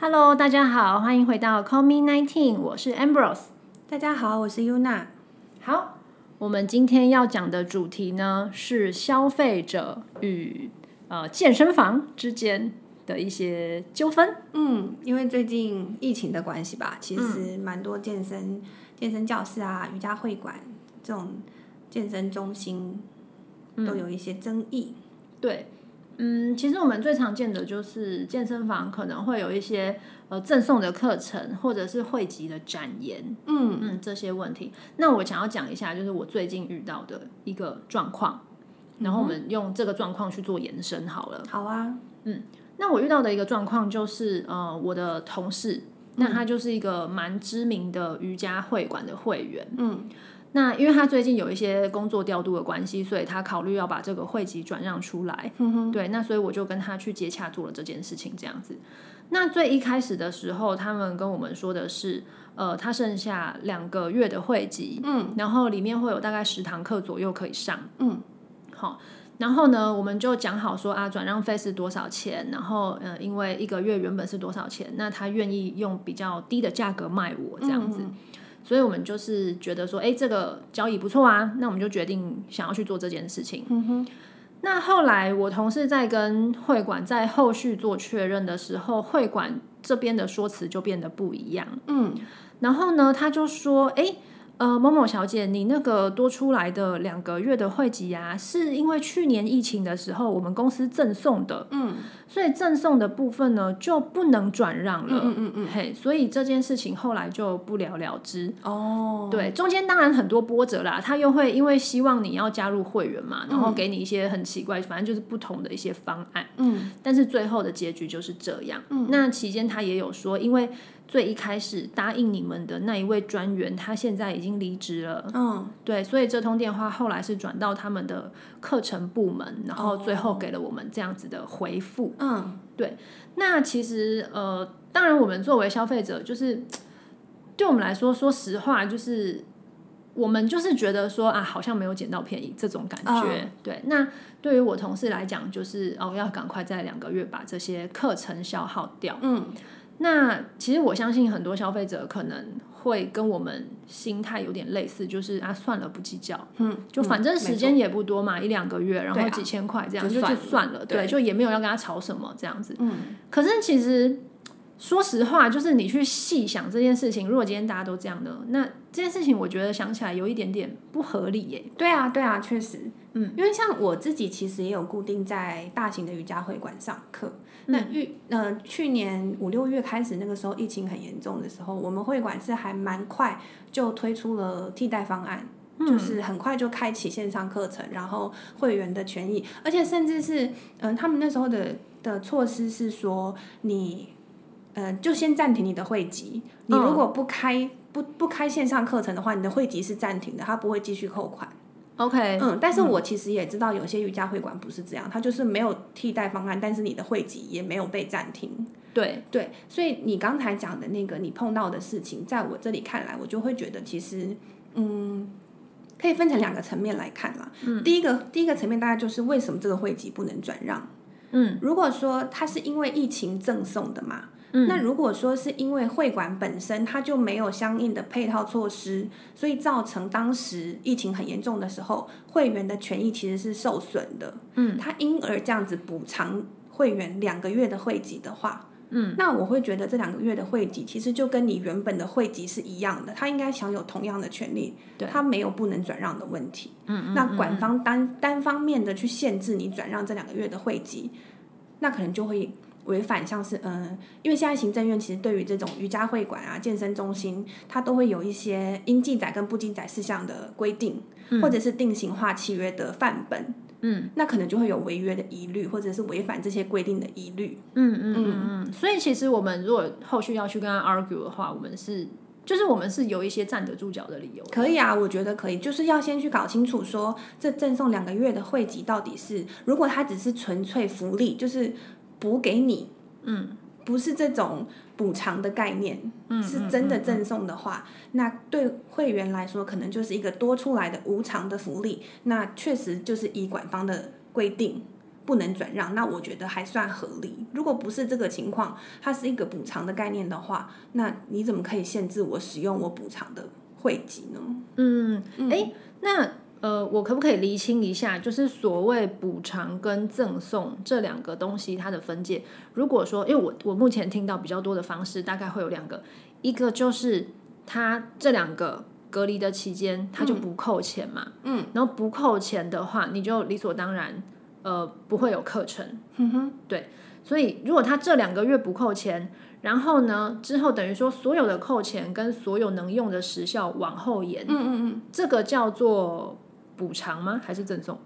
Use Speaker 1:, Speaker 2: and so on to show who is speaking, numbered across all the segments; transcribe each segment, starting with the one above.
Speaker 1: Hello，大家好，欢迎回到 Call Me Nineteen，我是 Ambrose。
Speaker 2: 大家好，我是 Yuna。
Speaker 1: 好，我们今天要讲的主题呢是消费者与呃健身房之间的一些纠纷。
Speaker 2: 嗯，因为最近疫情的关系吧，其实蛮多健身、健身教室啊、瑜伽会馆这种健身中心都有一些争议。
Speaker 1: 对，嗯，其实我们最常见的就是健身房可能会有一些呃赠送的课程，或者是汇集的展言，
Speaker 2: 嗯，
Speaker 1: 嗯，这些问题。那我想要讲一下，就是我最近遇到的一个状况，然后我们用这个状况去做延伸好了。
Speaker 2: 好啊，
Speaker 1: 那我遇到的一个状况就是，呃，我的同事，
Speaker 2: 嗯
Speaker 1: 那他就是一个蛮知名的瑜伽会馆的会员。
Speaker 2: 嗯
Speaker 1: 那因为他最近有一些工作调度的关系，所以他考虑要把这个会籍转让出来。
Speaker 2: 哼嗯哼，
Speaker 1: 对，那所以我就跟他去接洽做了这件事情，这样子。那最一开始的时候，他们跟我们说的是，呃，他剩下两个月的会籍，
Speaker 2: 嗯，
Speaker 1: 然后里面会有大概十堂课左右可以上，
Speaker 2: 嗯，
Speaker 1: 好。然后呢，我们就讲好说啊，转让费是多少钱？然后，呃，因为一个月原本是多少钱，那他愿意用比较低的价格卖我这样子，
Speaker 2: 嗯
Speaker 1: 所以我们就是觉得说，哎，这个交易不错啊，那我们就决定想要去做这件事情。
Speaker 2: 嗯哼，
Speaker 1: 那后来我同事在跟会馆在后续做确认的时候，会馆这边的说辞就变得不一样。
Speaker 2: 嗯
Speaker 1: 然后呢，他就说：“诶，呃，某某小姐，你那个多出来的两个月的会籍啊，是因为去年疫情的时候我们公司赠送的，
Speaker 2: 嗯
Speaker 1: 所以赠送的部分呢就不能转让了。
Speaker 2: 嗯嗯嗯
Speaker 1: 嘿，所以这件事情后来就不了了之。
Speaker 2: 嗯，哦，
Speaker 1: 对，中间当然很多波折啦，他又会因为希望你要加入会员嘛，然后
Speaker 2: 嗯
Speaker 1: 给你一些很奇怪，反正就是不同的一些方案，
Speaker 2: 嗯
Speaker 1: 但是最后的结局就是这样。
Speaker 2: 嗯
Speaker 1: 那期间他也有说，因为最一开始答应你们的那一位专员，他现在已经离职了。
Speaker 2: 嗯
Speaker 1: 对，所以这通电话后来是转到他们的课程部门，然后最后给了我们这样子的回复。
Speaker 2: 嗯
Speaker 1: 那其实呃，当然我们作为消费者，就是对我们来说，说实话，就是我们就是觉得说啊，好像没有捡到便宜这种感觉。
Speaker 2: 嗯
Speaker 1: 对，那对于我同事来讲，就是哦，要赶快在两个月把这些课程消耗掉。
Speaker 2: 嗯
Speaker 1: 那其实我相信很多消费者可能会跟我们心态有点类似，就是啊，算了，不计较。
Speaker 2: 嗯，
Speaker 1: 就反正时间也不多嘛，一两个月，然
Speaker 2: 对
Speaker 1: 后
Speaker 2: 啊
Speaker 1: 几千块这样、
Speaker 2: 就
Speaker 1: 就
Speaker 2: 算
Speaker 1: 就
Speaker 2: 了
Speaker 1: 算了，对，
Speaker 2: 对
Speaker 1: 就也没有要跟他吵什么这样子。
Speaker 2: 嗯，
Speaker 1: 可是其实说实话，就是你去细想这件事情，如果今天大家都这样呢，那这件事情我觉得想起来有一点点不合理耶。
Speaker 2: 对啊对啊，确实，
Speaker 1: 嗯，
Speaker 2: 因为像我自己其实也有固定在大型的瑜伽会馆上课，那预呃去年五六月开始，那个时候疫情很严重的时候，我们会馆是还蛮快就推出了替代方案，就是很快就开启线上课程，然后会员的权益，而且甚至是嗯、呃他们那时候的的措施是说你。呃，就先暂停你的会籍。你如果不开、不不开线上课程的话，你的会籍是暂停的，它不会继续扣款。
Speaker 1: OK，
Speaker 2: 嗯，但是我其实也知道有些瑜伽会馆不是这样，它就是没有替代方案，但是你的会籍也没有被暂停。
Speaker 1: 对，
Speaker 2: 对，所以你刚才讲的那个你碰到的事情，在我这里看来，我就会觉得其实，嗯，可以分成两个层面来看啦。嗯，第一个第一个层面大概就是为什么这个会籍不能转让？
Speaker 1: 嗯，
Speaker 2: 如果说它是因为疫情赠送的嘛，
Speaker 1: 嗯
Speaker 2: 那如果说是因为会馆本身它就没有相应的配套措施，所以造成当时疫情很严重的时候，会员的权益其实是受损的。嗯，它因而这样子补偿会员两个月的会籍的话。嗯，那我会觉得这两个月的会籍其实就跟你原本的会籍是一样的，他应该享有同样的权利，
Speaker 1: 对
Speaker 2: 他没有不能转让的问题。嗯那管方单单方面的去限制你转让这两个月的会籍，那可能就会违反像是嗯、呃因为现在行政院其实对于这种瑜伽会馆啊、健身中心，它都会有一些应记载跟不记载事项的规定，或者是定型化契约的范本。
Speaker 1: 嗯，
Speaker 2: 那可能就会有违约的疑虑，或者是违反这些规定的疑虑。
Speaker 1: 嗯嗯嗯嗯。所以其实我们如果后续要去跟他 argue 的话，我们是就是我们是有一些站得住脚的理由的。
Speaker 2: 可以啊，我觉得可以，就是要先去搞清楚说这赠送两个月的会籍到底是，如果它只是纯粹福利，就是补给你，嗯，不是这种补偿的概念，嗯，是真的赠送的话，那对会员来说可能就是一个多出来的无偿的福利，那确实就是以管方的规定。不能转让，那我觉得还算合理。如果不是这个情况，它是一个补偿的概念的话，那你怎么可以限制我使用我补偿的会籍呢？
Speaker 1: 嗯，哎、那呃，我可不可以厘清一下，就是所谓补偿跟赠送这两个东西它的分界？如果说，因为我我目前听到比较多的方式，大概会有两个，一个就是它这两个隔离的期间，它就不扣钱嘛，嗯，然后不扣钱的话，你就理所当然，呃，不会有课程，嗯哼，对，所以如果他这两个月不扣钱。然后呢？之后等于说，所有的扣钱跟所有能用的时效往后延，
Speaker 2: 嗯嗯嗯，
Speaker 1: 这个叫做补偿吗？还是赠送？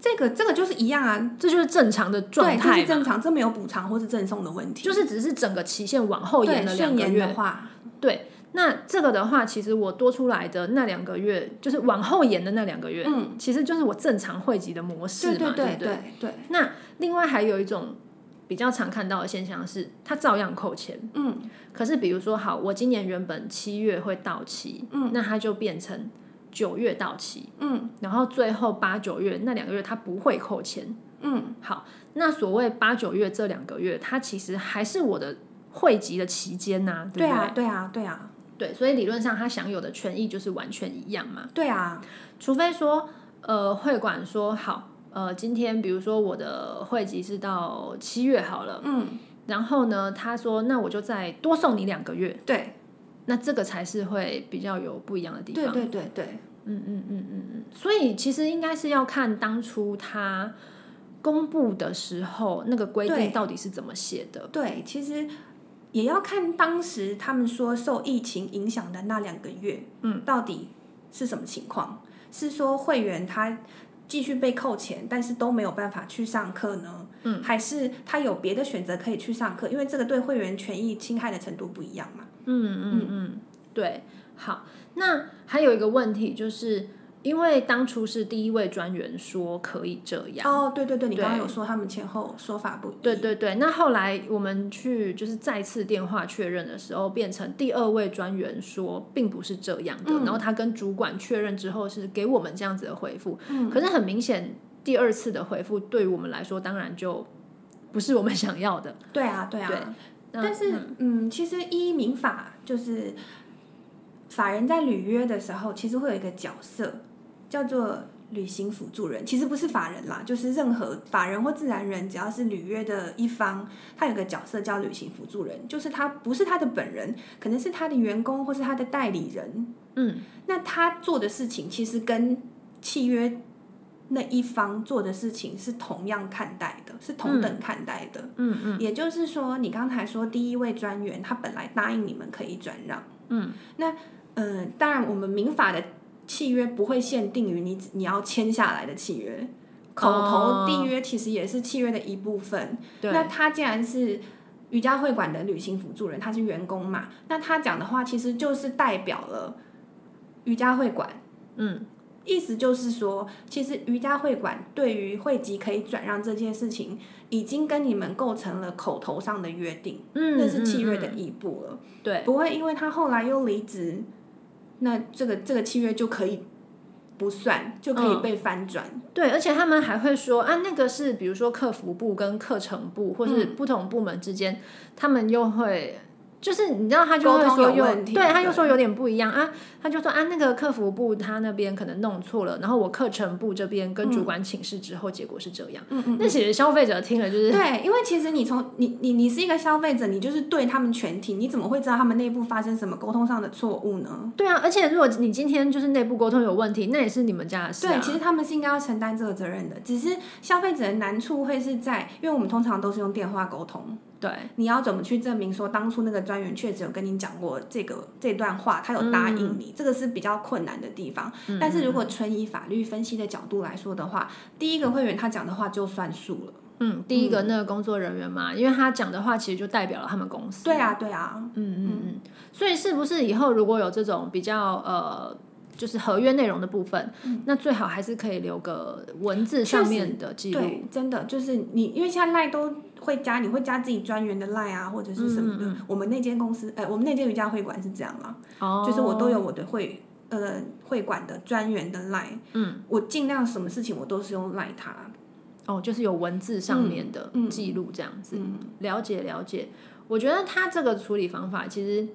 Speaker 2: 这个这个就是一样啊，
Speaker 1: 这就是正常的状
Speaker 2: 对，就
Speaker 1: 态
Speaker 2: 是
Speaker 1: 嘛，
Speaker 2: 正常，这没有补偿或是赠送的问题。
Speaker 1: 就是只是整个期限往后延了两
Speaker 2: 对顺
Speaker 1: 个
Speaker 2: 延
Speaker 1: 月。
Speaker 2: 的话，
Speaker 1: 对，那这个的话，其实我多出来的那两个月，就是往后延的那两个月，
Speaker 2: 嗯，
Speaker 1: 其实就是我正常汇集的模式
Speaker 2: 对
Speaker 1: 嘛，
Speaker 2: 对
Speaker 1: 不
Speaker 2: 对对，
Speaker 1: 那另外还有一种比较常看到的现象是，它照样扣钱。
Speaker 2: 嗯，
Speaker 1: 可是比如说，好，我今年原本七月会到期，嗯，那它就变成九月到期，
Speaker 2: 嗯，
Speaker 1: 然后最后八九月那两个月它不会扣钱，
Speaker 2: 嗯，
Speaker 1: 好，那所谓八九月这两个月，它其实还是我的汇集的期间呐、
Speaker 2: 对
Speaker 1: 不对？
Speaker 2: 啊，对啊，对啊，
Speaker 1: 对，所以理论上它享有的权益就是完全一样嘛。
Speaker 2: 对啊，
Speaker 1: 除非说，呃，会馆说好，呃，今天比如说我的会籍是到七月好了，
Speaker 2: 嗯，
Speaker 1: 然后呢，他说那我就再多送你两个月，
Speaker 2: 对，啊
Speaker 1: 那这个才是会比较有不一样的地
Speaker 2: 对
Speaker 1: 方。
Speaker 2: 对对对，
Speaker 1: 嗯嗯嗯嗯嗯，所以其实应该是要看当初他公布的时候那个规
Speaker 2: 对
Speaker 1: 定到底是怎么写的。
Speaker 2: 对，其实也要看当时他们说受疫情影响的那两个月，嗯，到底是什么情况？是说会员他继续被扣钱，但是都没有办法去上课呢？嗯，还是他有别的选择可以去上课？因为这个对会员权益侵害的程度不一样嘛。
Speaker 1: 嗯嗯嗯，对，好。那还有一个问题就是。因为当初是第一位专员说可以这样，
Speaker 2: 哦，对对对，你刚
Speaker 1: 对
Speaker 2: 刚有说他们前后说法不一，
Speaker 1: 对对对，那后来我们去就是再次电话确认的时候，变成第二位专员说并不是这样的，
Speaker 2: 嗯
Speaker 1: 然后他跟主管确认之后是给我们这样子的回复，
Speaker 2: 嗯
Speaker 1: 可是很明显第二次的回复对于我们来说当然就不是我们想要的，
Speaker 2: 对啊，对啊。
Speaker 1: 对那
Speaker 2: 但是，嗯，其实依民法就是法人在履约的时候，其实会有一个角色叫做履行辅助人，其实不是法人啦，就是任何法人或自然人，只要是履约的一方，他有个角色叫履行辅助人，就是他不是他的本人，可能是他的员工或是他的代理人。
Speaker 1: 嗯，
Speaker 2: 那他做的事情其实跟契约那一方做的事情是同样看待的，是同等看待的。
Speaker 1: 嗯嗯
Speaker 2: 也就是说，你刚才说第一位专员他本来答应你们可以转让，
Speaker 1: 嗯，
Speaker 2: 那嗯、呃当然我们民法的契约不会限定于你你要签下来的契约，口头
Speaker 1: 哦
Speaker 2: 缔约其实也是契约的一部分。
Speaker 1: 对，嗯
Speaker 2: 那他既然是瑜伽会馆的旅行辅助人，他是员工嘛，那他讲的话其实就是代表了瑜伽会馆。
Speaker 1: 嗯
Speaker 2: 意思就是说，其实瑜伽会馆对于会籍可以转让这件事情，已经跟你们构成了口头上的约定，
Speaker 1: 嗯，
Speaker 2: 那是契约的
Speaker 1: 嗯，
Speaker 2: 一步了，
Speaker 1: 嗯对，
Speaker 2: 不会因为他后来又离职，那这个这个契约就可以不算，就可以
Speaker 1: 嗯
Speaker 2: 被翻转。
Speaker 1: 对，而且他们还会说啊，那个是比如说客服部跟课程部，或是
Speaker 2: 嗯
Speaker 1: 不同部门之间，他们又会。就是你知道，他就
Speaker 2: 沟
Speaker 1: 会
Speaker 2: 通
Speaker 1: 说
Speaker 2: 有
Speaker 1: 又
Speaker 2: 问题
Speaker 1: 对，他又
Speaker 2: 对
Speaker 1: 说有点不一样啊，他就说啊，那个客服部他那边可能弄错了，然后我课程部这边跟主
Speaker 2: 嗯
Speaker 1: 管请示之后，结果是这样。那其实消费者听了就是
Speaker 2: 对，因为其实你从你你你是一个消费者，你就是对他们全体，你怎么会知道他们内部发生什么沟通上的错误呢？
Speaker 1: 对啊，而且如果你今天就是内部沟通有问题，那也是你们家的事
Speaker 2: 对，
Speaker 1: 啊。
Speaker 2: 其实他们是应该要承担这个责任的，只是消费者的难处会是在，因为我们通常都是用电话沟通，
Speaker 1: 对，
Speaker 2: 你要怎么去证明说当初那个专员确实有跟你讲过这个这段话，他有答应
Speaker 1: 嗯
Speaker 2: 你，这个是比较困难的地方。但是如果纯以法律分析的角度来说的话，第一个会员他讲的话就算数了。
Speaker 1: 嗯，第一个那个工作人员嘛，因为他讲的话其实就代表了他们公司。
Speaker 2: 对啊，对啊，
Speaker 1: 嗯嗯嗯，所以是不是以后如果有这种比较呃，就是合约内容的部分，
Speaker 2: 嗯
Speaker 1: 那最好还是可以留个文字上面的记录。
Speaker 2: 对，真的就是你，因为现在赖都会加，你会加自己专员的赖啊，或者是什么的。
Speaker 1: 嗯
Speaker 2: 我们那间公司，呃，我们那间瑜伽会馆是这样啦。
Speaker 1: 哦，
Speaker 2: 就是我都有我的会呃会馆的专员的 line，嗯，我尽量什么事情我都是用 line 他，
Speaker 1: 哦，就是有文字上面的
Speaker 2: 嗯嗯
Speaker 1: 记录这样子，
Speaker 2: 嗯
Speaker 1: 了解了解。我觉得他这个处理方法其实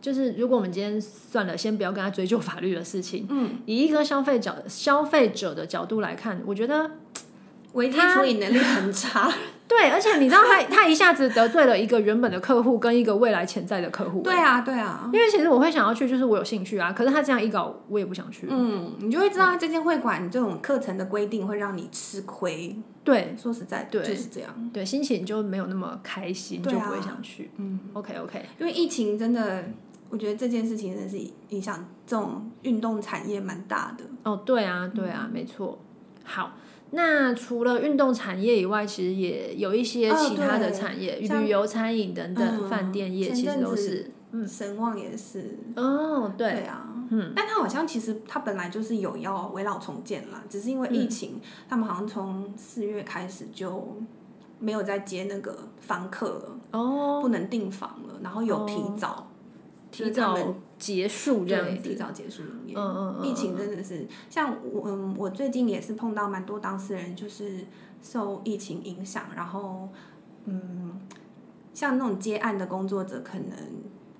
Speaker 1: 就是，如果我们今天算了，先不要跟他追究法律的事情，
Speaker 2: 嗯，
Speaker 1: 以一个消费角消费者的角度来看，我觉得
Speaker 2: 危机
Speaker 1: 他
Speaker 2: 处理能力很差。
Speaker 1: 对，而且你知道他他一下子得罪了一个原本的客户跟一个未来潜在的客户，
Speaker 2: 对啊，对啊。
Speaker 1: 因为其实我会想要去，就是我有兴趣啊，可是他这样一搞，我也不想去。
Speaker 2: 嗯，你就会知道这间会馆这种课程的规定会让你吃亏。
Speaker 1: 对
Speaker 2: 说实在，
Speaker 1: 对
Speaker 2: 就是这样。
Speaker 1: 对，心情就没有那么开心，
Speaker 2: 啊对
Speaker 1: 就
Speaker 2: 啊
Speaker 1: 不会想去。
Speaker 2: 嗯，
Speaker 1: OK OK，
Speaker 2: 因为疫情真的，我觉得这件事情真的是影响这种运动产业蛮大的。
Speaker 1: 哦，对啊，对
Speaker 2: 嗯
Speaker 1: 啊，没错。好，那除了运动产业以外，其实也有一些
Speaker 2: 哦
Speaker 1: 其他的
Speaker 2: 对
Speaker 1: 产业，
Speaker 2: 像
Speaker 1: 旅游、餐饮等等，
Speaker 2: 嗯
Speaker 1: 饭店业
Speaker 2: 前
Speaker 1: 其实
Speaker 2: 阵
Speaker 1: 都
Speaker 2: 子
Speaker 1: 是。
Speaker 2: 嗯，神旺也是。
Speaker 1: 哦，对，
Speaker 2: 啊，嗯，但他好像其实他本来就是有要围绕重建啦，只是因为
Speaker 1: 嗯
Speaker 2: 疫情，他们好像从四月开始就没有再接那个房客了，
Speaker 1: 哦，
Speaker 2: 不能订房了，然后有提早，就
Speaker 1: 提
Speaker 2: 是他们
Speaker 1: 早结束这样
Speaker 2: 对
Speaker 1: 子。
Speaker 2: 提早结束营业。
Speaker 1: 嗯嗯嗯，
Speaker 2: 疫情真的是，像我，嗯，我最近也是碰到蛮多当事人，就是受疫情影响，然后，嗯，像那种接案的工作者，可能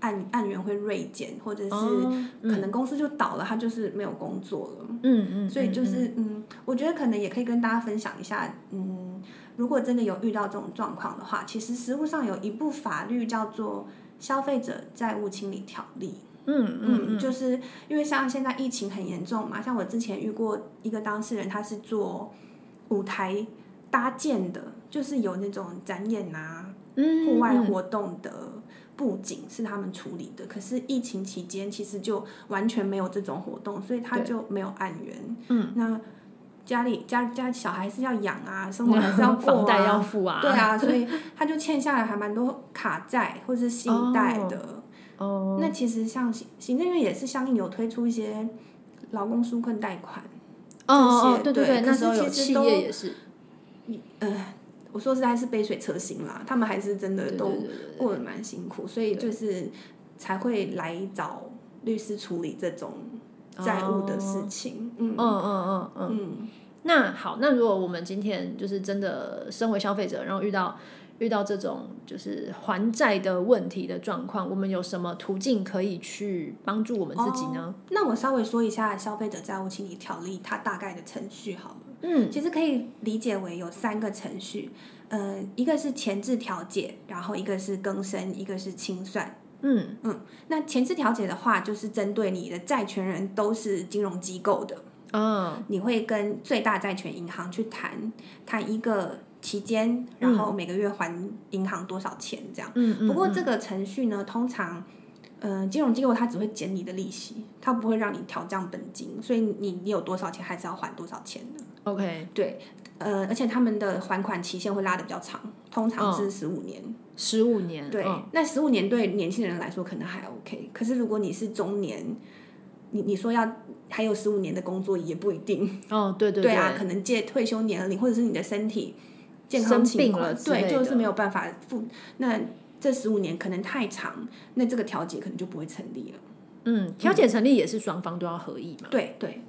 Speaker 2: 案案源会锐减，或者是
Speaker 1: 哦
Speaker 2: 可能公司就倒了，他就是没有工作了。
Speaker 1: 嗯嗯，
Speaker 2: 所以就
Speaker 1: 嗯
Speaker 2: 是嗯，我觉得可能也可以跟大家分享一下，嗯，如果真的有遇到这种状况的话，其实实务上有一部法律叫做《消费者债务清理条例》。
Speaker 1: 嗯嗯
Speaker 2: 嗯，就是因为像现在疫情很严重嘛，像我之前遇过一个当事人，他是做舞台搭建的，就是有那种展演啊、
Speaker 1: 嗯，
Speaker 2: 户外
Speaker 1: 嗯
Speaker 2: 活动的布景是他们处理的。可是疫情期间其实就完全没有这种活动，所以他
Speaker 1: 对
Speaker 2: 就没有案源。
Speaker 1: 嗯，
Speaker 2: 那家里家家小孩是要养啊，生活还是要过
Speaker 1: 房贷
Speaker 2: 啊
Speaker 1: 要付啊。
Speaker 2: 对啊，所以他就欠下了还蛮多卡债或是信贷的。
Speaker 1: 哦，
Speaker 2: 那其实像行行政院也是相应有推出一些劳工纾困贷款，
Speaker 1: 哦哦哦，
Speaker 2: 这
Speaker 1: 对
Speaker 2: 些
Speaker 1: 对对，
Speaker 2: 对可
Speaker 1: 那
Speaker 2: 是
Speaker 1: 时候有
Speaker 2: 其实
Speaker 1: 企
Speaker 2: 都
Speaker 1: 业也是，
Speaker 2: 我说实在是杯水车薪啦，他们还是真
Speaker 1: 对
Speaker 2: 的
Speaker 1: 对对
Speaker 2: 都
Speaker 1: 对
Speaker 2: 过得蛮辛苦，所以就是才会来找律师处理这种
Speaker 1: 哦
Speaker 2: 债务的事情。
Speaker 1: 嗯嗯嗯嗯。那好，那如果我们今天就是真的身为消费者，然后遇到遇到这种就是还债的问题的状况，我们有什么途径可以去帮助我们自己呢？
Speaker 2: 嗯，那我稍微说一下《消费者债务清理条例》它大概的程序好了。
Speaker 1: 嗯
Speaker 2: 其实可以理解为有三个程序，呃，一个是前置调解，然后一个是更生，一个是清算。
Speaker 1: 嗯
Speaker 2: 嗯，那前置调解的话，就是针对你的债权人都是金融机构的，
Speaker 1: 嗯
Speaker 2: 你会跟最大债权银行去谈谈一个期间，然后每个月还银行多少钱这样。
Speaker 1: 嗯嗯。
Speaker 2: 不过这个程序呢，通常，呃，金融机构它只会减你的利息，它不会让你调降本金，所以你你有多少钱还是要还多少钱的。
Speaker 1: OK，
Speaker 2: 对，呃，而且他们的还款期限会拉的比较长，通常是十五年。
Speaker 1: 十五年，
Speaker 2: 对，
Speaker 1: 嗯
Speaker 2: 那十五年对年轻人来说可能还 OK，可是如果你是中年，你你说要还有十五年的工作也不一定。
Speaker 1: 哦，对对
Speaker 2: 啊，可能借退休年龄或者是你的身体健
Speaker 1: 生
Speaker 2: 康情
Speaker 1: 病
Speaker 2: 况，
Speaker 1: 了之类
Speaker 2: 对，就
Speaker 1: 的
Speaker 2: 是没有办法付。那这十五年可能太长，那这个调解可能就不会成立了。
Speaker 1: 嗯，调解成立也是双方都要合意嘛。
Speaker 2: 对对，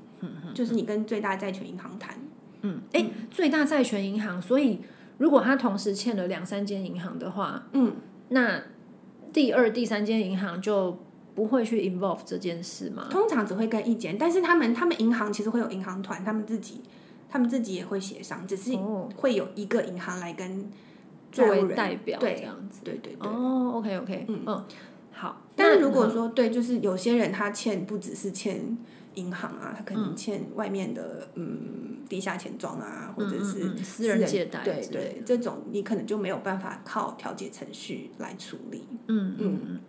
Speaker 2: 就是你跟最大债权银行谈。
Speaker 1: 嗯，哎、最大债权银行，所以如果他同时欠了两三间银行的话，
Speaker 2: 嗯，
Speaker 1: 那第二、第三间银行就不会去 involve 这件事吗？
Speaker 2: 通常只会跟一间，但是他们他们银行其实会有银行团，他们自己他们自己也会协商，只是
Speaker 1: 哦，
Speaker 2: 会有一个银行来跟
Speaker 1: 作
Speaker 2: 债务
Speaker 1: 为
Speaker 2: 人
Speaker 1: 代表
Speaker 2: 对
Speaker 1: 这样子。
Speaker 2: 对对对。
Speaker 1: 哦，OK OK，嗯
Speaker 2: 嗯
Speaker 1: 好。
Speaker 2: 但
Speaker 1: 那
Speaker 2: 是如果说对，就是有些人他欠不只是欠银行啊，他可
Speaker 1: 嗯
Speaker 2: 能欠外面的嗯地下钱庄啊，或
Speaker 1: 嗯
Speaker 2: 者是
Speaker 1: 嗯嗯私人借贷
Speaker 2: 对
Speaker 1: 之类
Speaker 2: 对，这种你可能就没有办法靠调解程序来处理。
Speaker 1: 嗯嗯嗯，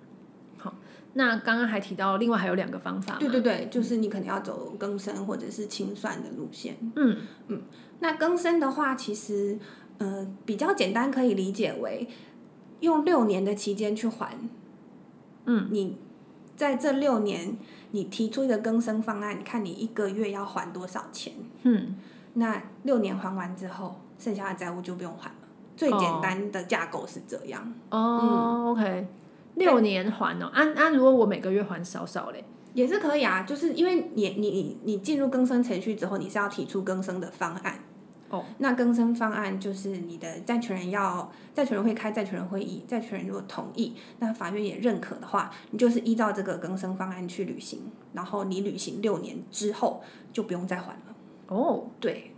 Speaker 1: 好。那刚刚还提到，另外还有两个方法嘛，嗯
Speaker 2: 对对对，就是你可能要走更生或者是清算的路线。
Speaker 1: 嗯
Speaker 2: 那更生的话，其实呃比较简单，可以理解为用六年的期间去还。
Speaker 1: 嗯，
Speaker 2: 你在这六年，你提出一个更生方案，看你一个月要还多少钱。
Speaker 1: 嗯，
Speaker 2: 那六年还完之后，剩下的债务就不用还了。最简单的架构是这样，嗯
Speaker 1: 哦，OK，六年还哦，啊啊，如果我每个月还少少嘞，
Speaker 2: 也是可以啊。就是因为你你你你进入更生程序之后，你是要提出更生的方案，哦，那更生方案就是你的债权人要债权人会开债权人会议，债权人如果同意，那法院也认可的话，你就是依照这个更生方案去履行，然后你履行六年之后就不用再还了。
Speaker 1: 哦，
Speaker 2: 对，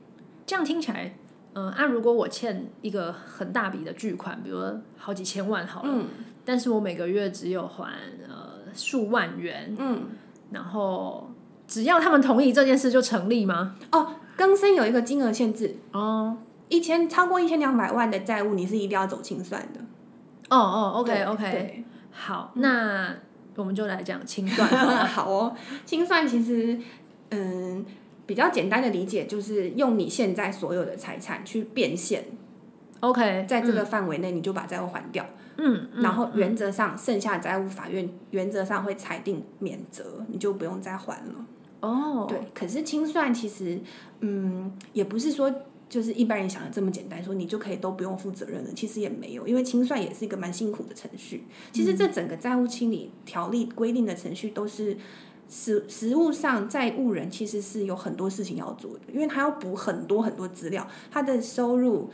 Speaker 1: 这样听起来，嗯，啊，如果我欠一个很大笔的巨款，比如说好几千万好了，
Speaker 2: 嗯
Speaker 1: 但是我每个月只有还呃数万元，
Speaker 2: 嗯，
Speaker 1: 然后只要他们同意这件事就成立吗？
Speaker 2: 哦，更生有一个金额限制，
Speaker 1: 哦
Speaker 2: 一千超过一千两百万的债务，你是一定要走清算的。
Speaker 1: 哦哦，OK
Speaker 2: 对
Speaker 1: OK，
Speaker 2: 对
Speaker 1: 好，那我们就来讲清算 好了。
Speaker 2: 好哦，清算其实，嗯，比较简单的理解就是用你现在所有的财产去变现，
Speaker 1: OK，
Speaker 2: 在这个范围内你就把债务还掉，
Speaker 1: 嗯，嗯
Speaker 2: 然后原则上剩下债务法院原则上会裁定免责，你就不用再还了。
Speaker 1: 哦，
Speaker 2: 对，可是清算其实，嗯，也不是说。就是一般人想的这么简单，说你就可以都不用负责任了，其实也没有，因为清算也是一个蛮辛苦的程序。其实这整个债务清理条例规定的程序都是实实务上债务人其实是有很多事情要做的，因为他要补很多很多资料，他的收入、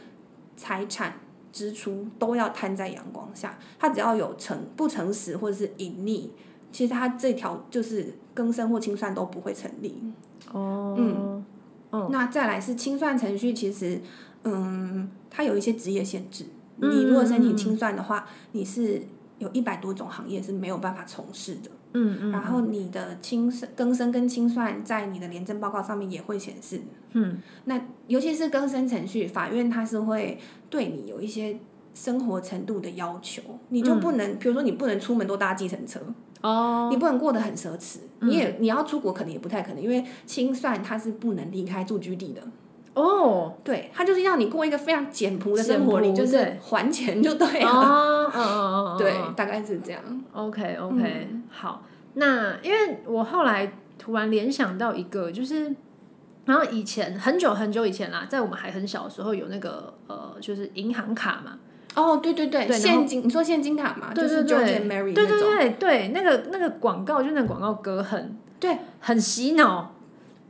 Speaker 2: 财产、支出都要摊在阳光下，他只要有诚不诚实或者是隐匿，其实他这条就是更生或清算都不会成立。
Speaker 1: 哦，
Speaker 2: 嗯
Speaker 1: 哦，
Speaker 2: 那再来是清算程序，其实，嗯，它有一些职业限制。
Speaker 1: 嗯
Speaker 2: 你如果申请清算的话，你是有一百多种行业是没有办法从事的。
Speaker 1: 嗯嗯，
Speaker 2: 然后你的清算、更生跟清算在你的廉政报告上面也会显示。
Speaker 1: 嗯，
Speaker 2: 那尤其是更生程序，法院它是会对你有一些生活程度的要求，你就不能，比如说你不能出门都搭计程车，
Speaker 1: 嗯哦，嗯
Speaker 2: 你不能过得很奢侈，你也你要出国可能也不太可能，因为清算它是不能离开住居地的。
Speaker 1: 哦，
Speaker 2: 对，他就是要你过一个非常简朴的生活，
Speaker 1: 简朴
Speaker 2: 你就是
Speaker 1: 对
Speaker 2: 还钱就对了。
Speaker 1: 哦，嗯嗯嗯，
Speaker 2: 对，大概是这样。
Speaker 1: ，OK OK，好，
Speaker 2: 嗯
Speaker 1: 那因为我后来突然联想到一个，就是。然后以前很久很久以前啦，在我们还很小的时候，有那个呃，就是银行卡嘛，
Speaker 2: 哦，对对对，
Speaker 1: 对然后
Speaker 2: 现金，你说现金卡嘛，
Speaker 1: 对
Speaker 2: 就是
Speaker 1: 对
Speaker 2: George
Speaker 1: 对
Speaker 2: and Mary
Speaker 1: 对
Speaker 2: 那
Speaker 1: 对
Speaker 2: 种。
Speaker 1: 对对，那个那个广告就那个广告歌很
Speaker 2: 对，
Speaker 1: 很洗脑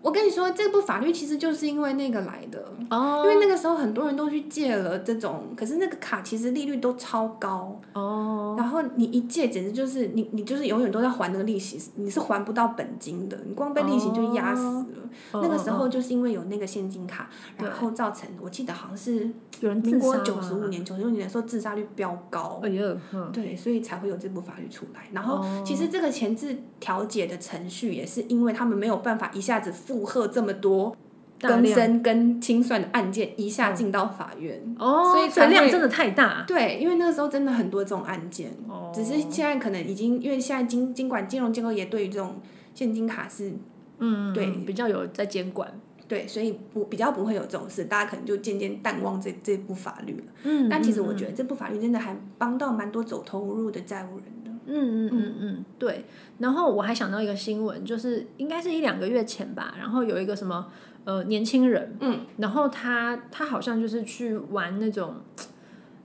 Speaker 2: 我跟你说，这部法律其实就是因为那个来的，因
Speaker 1: 哦
Speaker 2: 为那个时候很多人都去借了这种，可是那个卡其实利率都超高，
Speaker 1: 哦
Speaker 2: 然后你一借简直就是你你就是永远都在还那个利息，你是还不到本金的，你光被利息就压死
Speaker 1: 哦
Speaker 2: 了。那
Speaker 1: 嗯
Speaker 2: 个时候就是因为有那个现金卡，
Speaker 1: 对
Speaker 2: 然后造成我记得好像是
Speaker 1: 有人
Speaker 2: 民
Speaker 1: 自
Speaker 2: 国
Speaker 1: 杀
Speaker 2: 九十五
Speaker 1: 吗，
Speaker 2: 年、九十六年的时候，自杀率飙高，
Speaker 1: 哎呦，嗯哦
Speaker 2: 对，所以才会有这部法律出来。然后，其实这个前置调解的程序也是因为他们没有办法一下子负荷这么多
Speaker 1: 大
Speaker 2: 更
Speaker 1: 量嗯
Speaker 2: 生跟清算的案件，一下进到法院。
Speaker 1: 哦，
Speaker 2: 所以才
Speaker 1: 这量
Speaker 2: 会
Speaker 1: 真的太大
Speaker 2: 对，因为那个时候真的很多这种案件，
Speaker 1: 啊哦
Speaker 2: 只是现在可能已经因为现在经经管金融机构也对于这种现金卡是
Speaker 1: 嗯，
Speaker 2: 对
Speaker 1: 比较有在监管，
Speaker 2: 对，所以不比较不会有这种事，大家可能就渐渐淡忘这这部法律了。
Speaker 1: 嗯
Speaker 2: 但其实我
Speaker 1: 得，
Speaker 2: 觉得这部法律真的还帮到蛮多走投无路的债务人的。
Speaker 1: 嗯嗯嗯嗯，对。然后我还想到一个新闻，就是应该是一两个月前吧，然后有一个什么呃年轻人，
Speaker 2: 嗯，
Speaker 1: 然后他他好像就是去玩那种。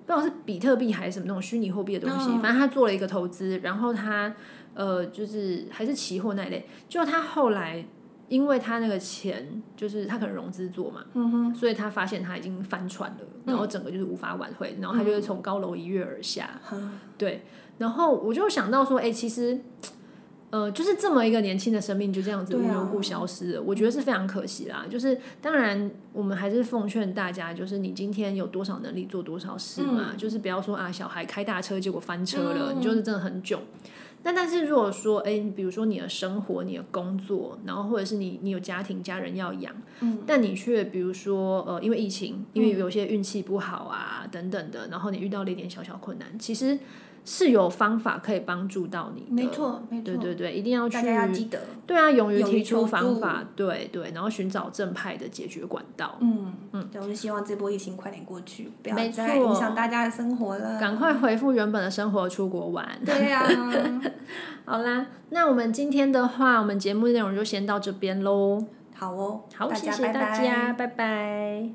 Speaker 1: 不知道是比特币还是什么那种虚拟货币的东西，
Speaker 2: 嗯
Speaker 1: 反正他做了一个投资，然后他呃就是还是期货那一类，就他后来因为他那个钱就是他可能融资做嘛，
Speaker 2: 嗯哼，嗯
Speaker 1: 所以他发现他已经翻船了，然后整个就是无法挽回，然后他就会从高楼一跃而下。对，然后我就想到说，哎、其实，呃，就是这么一个年轻的生命就这样子无
Speaker 2: 对啊
Speaker 1: 缘无故消失了，我觉得是非常可惜啦。就是当然，我们还是奉劝大家，就是你今天有多少能力做多少事
Speaker 2: 嗯
Speaker 1: 嘛，就是不要说啊，小孩开大车结果翻车了，你就是真的很囧。那但是如果说，哎、比如说你的生活、你的工作，然后或者是你你有家庭、家人要养，
Speaker 2: 嗯
Speaker 1: 但你却比如说，呃，因为疫情，因为有些运气不好啊、等等的，然后你遇到了一点小小困难，其实是有方法可以帮助到你的。
Speaker 2: 没，错，没错
Speaker 1: 对，对对，一定要去
Speaker 2: 大家要记得，
Speaker 1: 对啊，勇于
Speaker 2: 勇于
Speaker 1: 提出
Speaker 2: 求
Speaker 1: 方
Speaker 2: 助
Speaker 1: 法，对对，然后寻找正派的解决管道。
Speaker 2: 嗯嗯，对，我就希望这波疫情快点过去，不要
Speaker 1: 没
Speaker 2: 再
Speaker 1: 错
Speaker 2: 影响大家的生活了。
Speaker 1: 赶快恢复原本的生活，出国玩。
Speaker 2: 对呀、
Speaker 1: 好啦，那我们今天的话，我们节目内容就先到这边喽。
Speaker 2: 好哦，
Speaker 1: 好，
Speaker 2: 大
Speaker 1: 谢
Speaker 2: 家
Speaker 1: 谢
Speaker 2: 拜
Speaker 1: 大
Speaker 2: 拜。
Speaker 1: 家，拜拜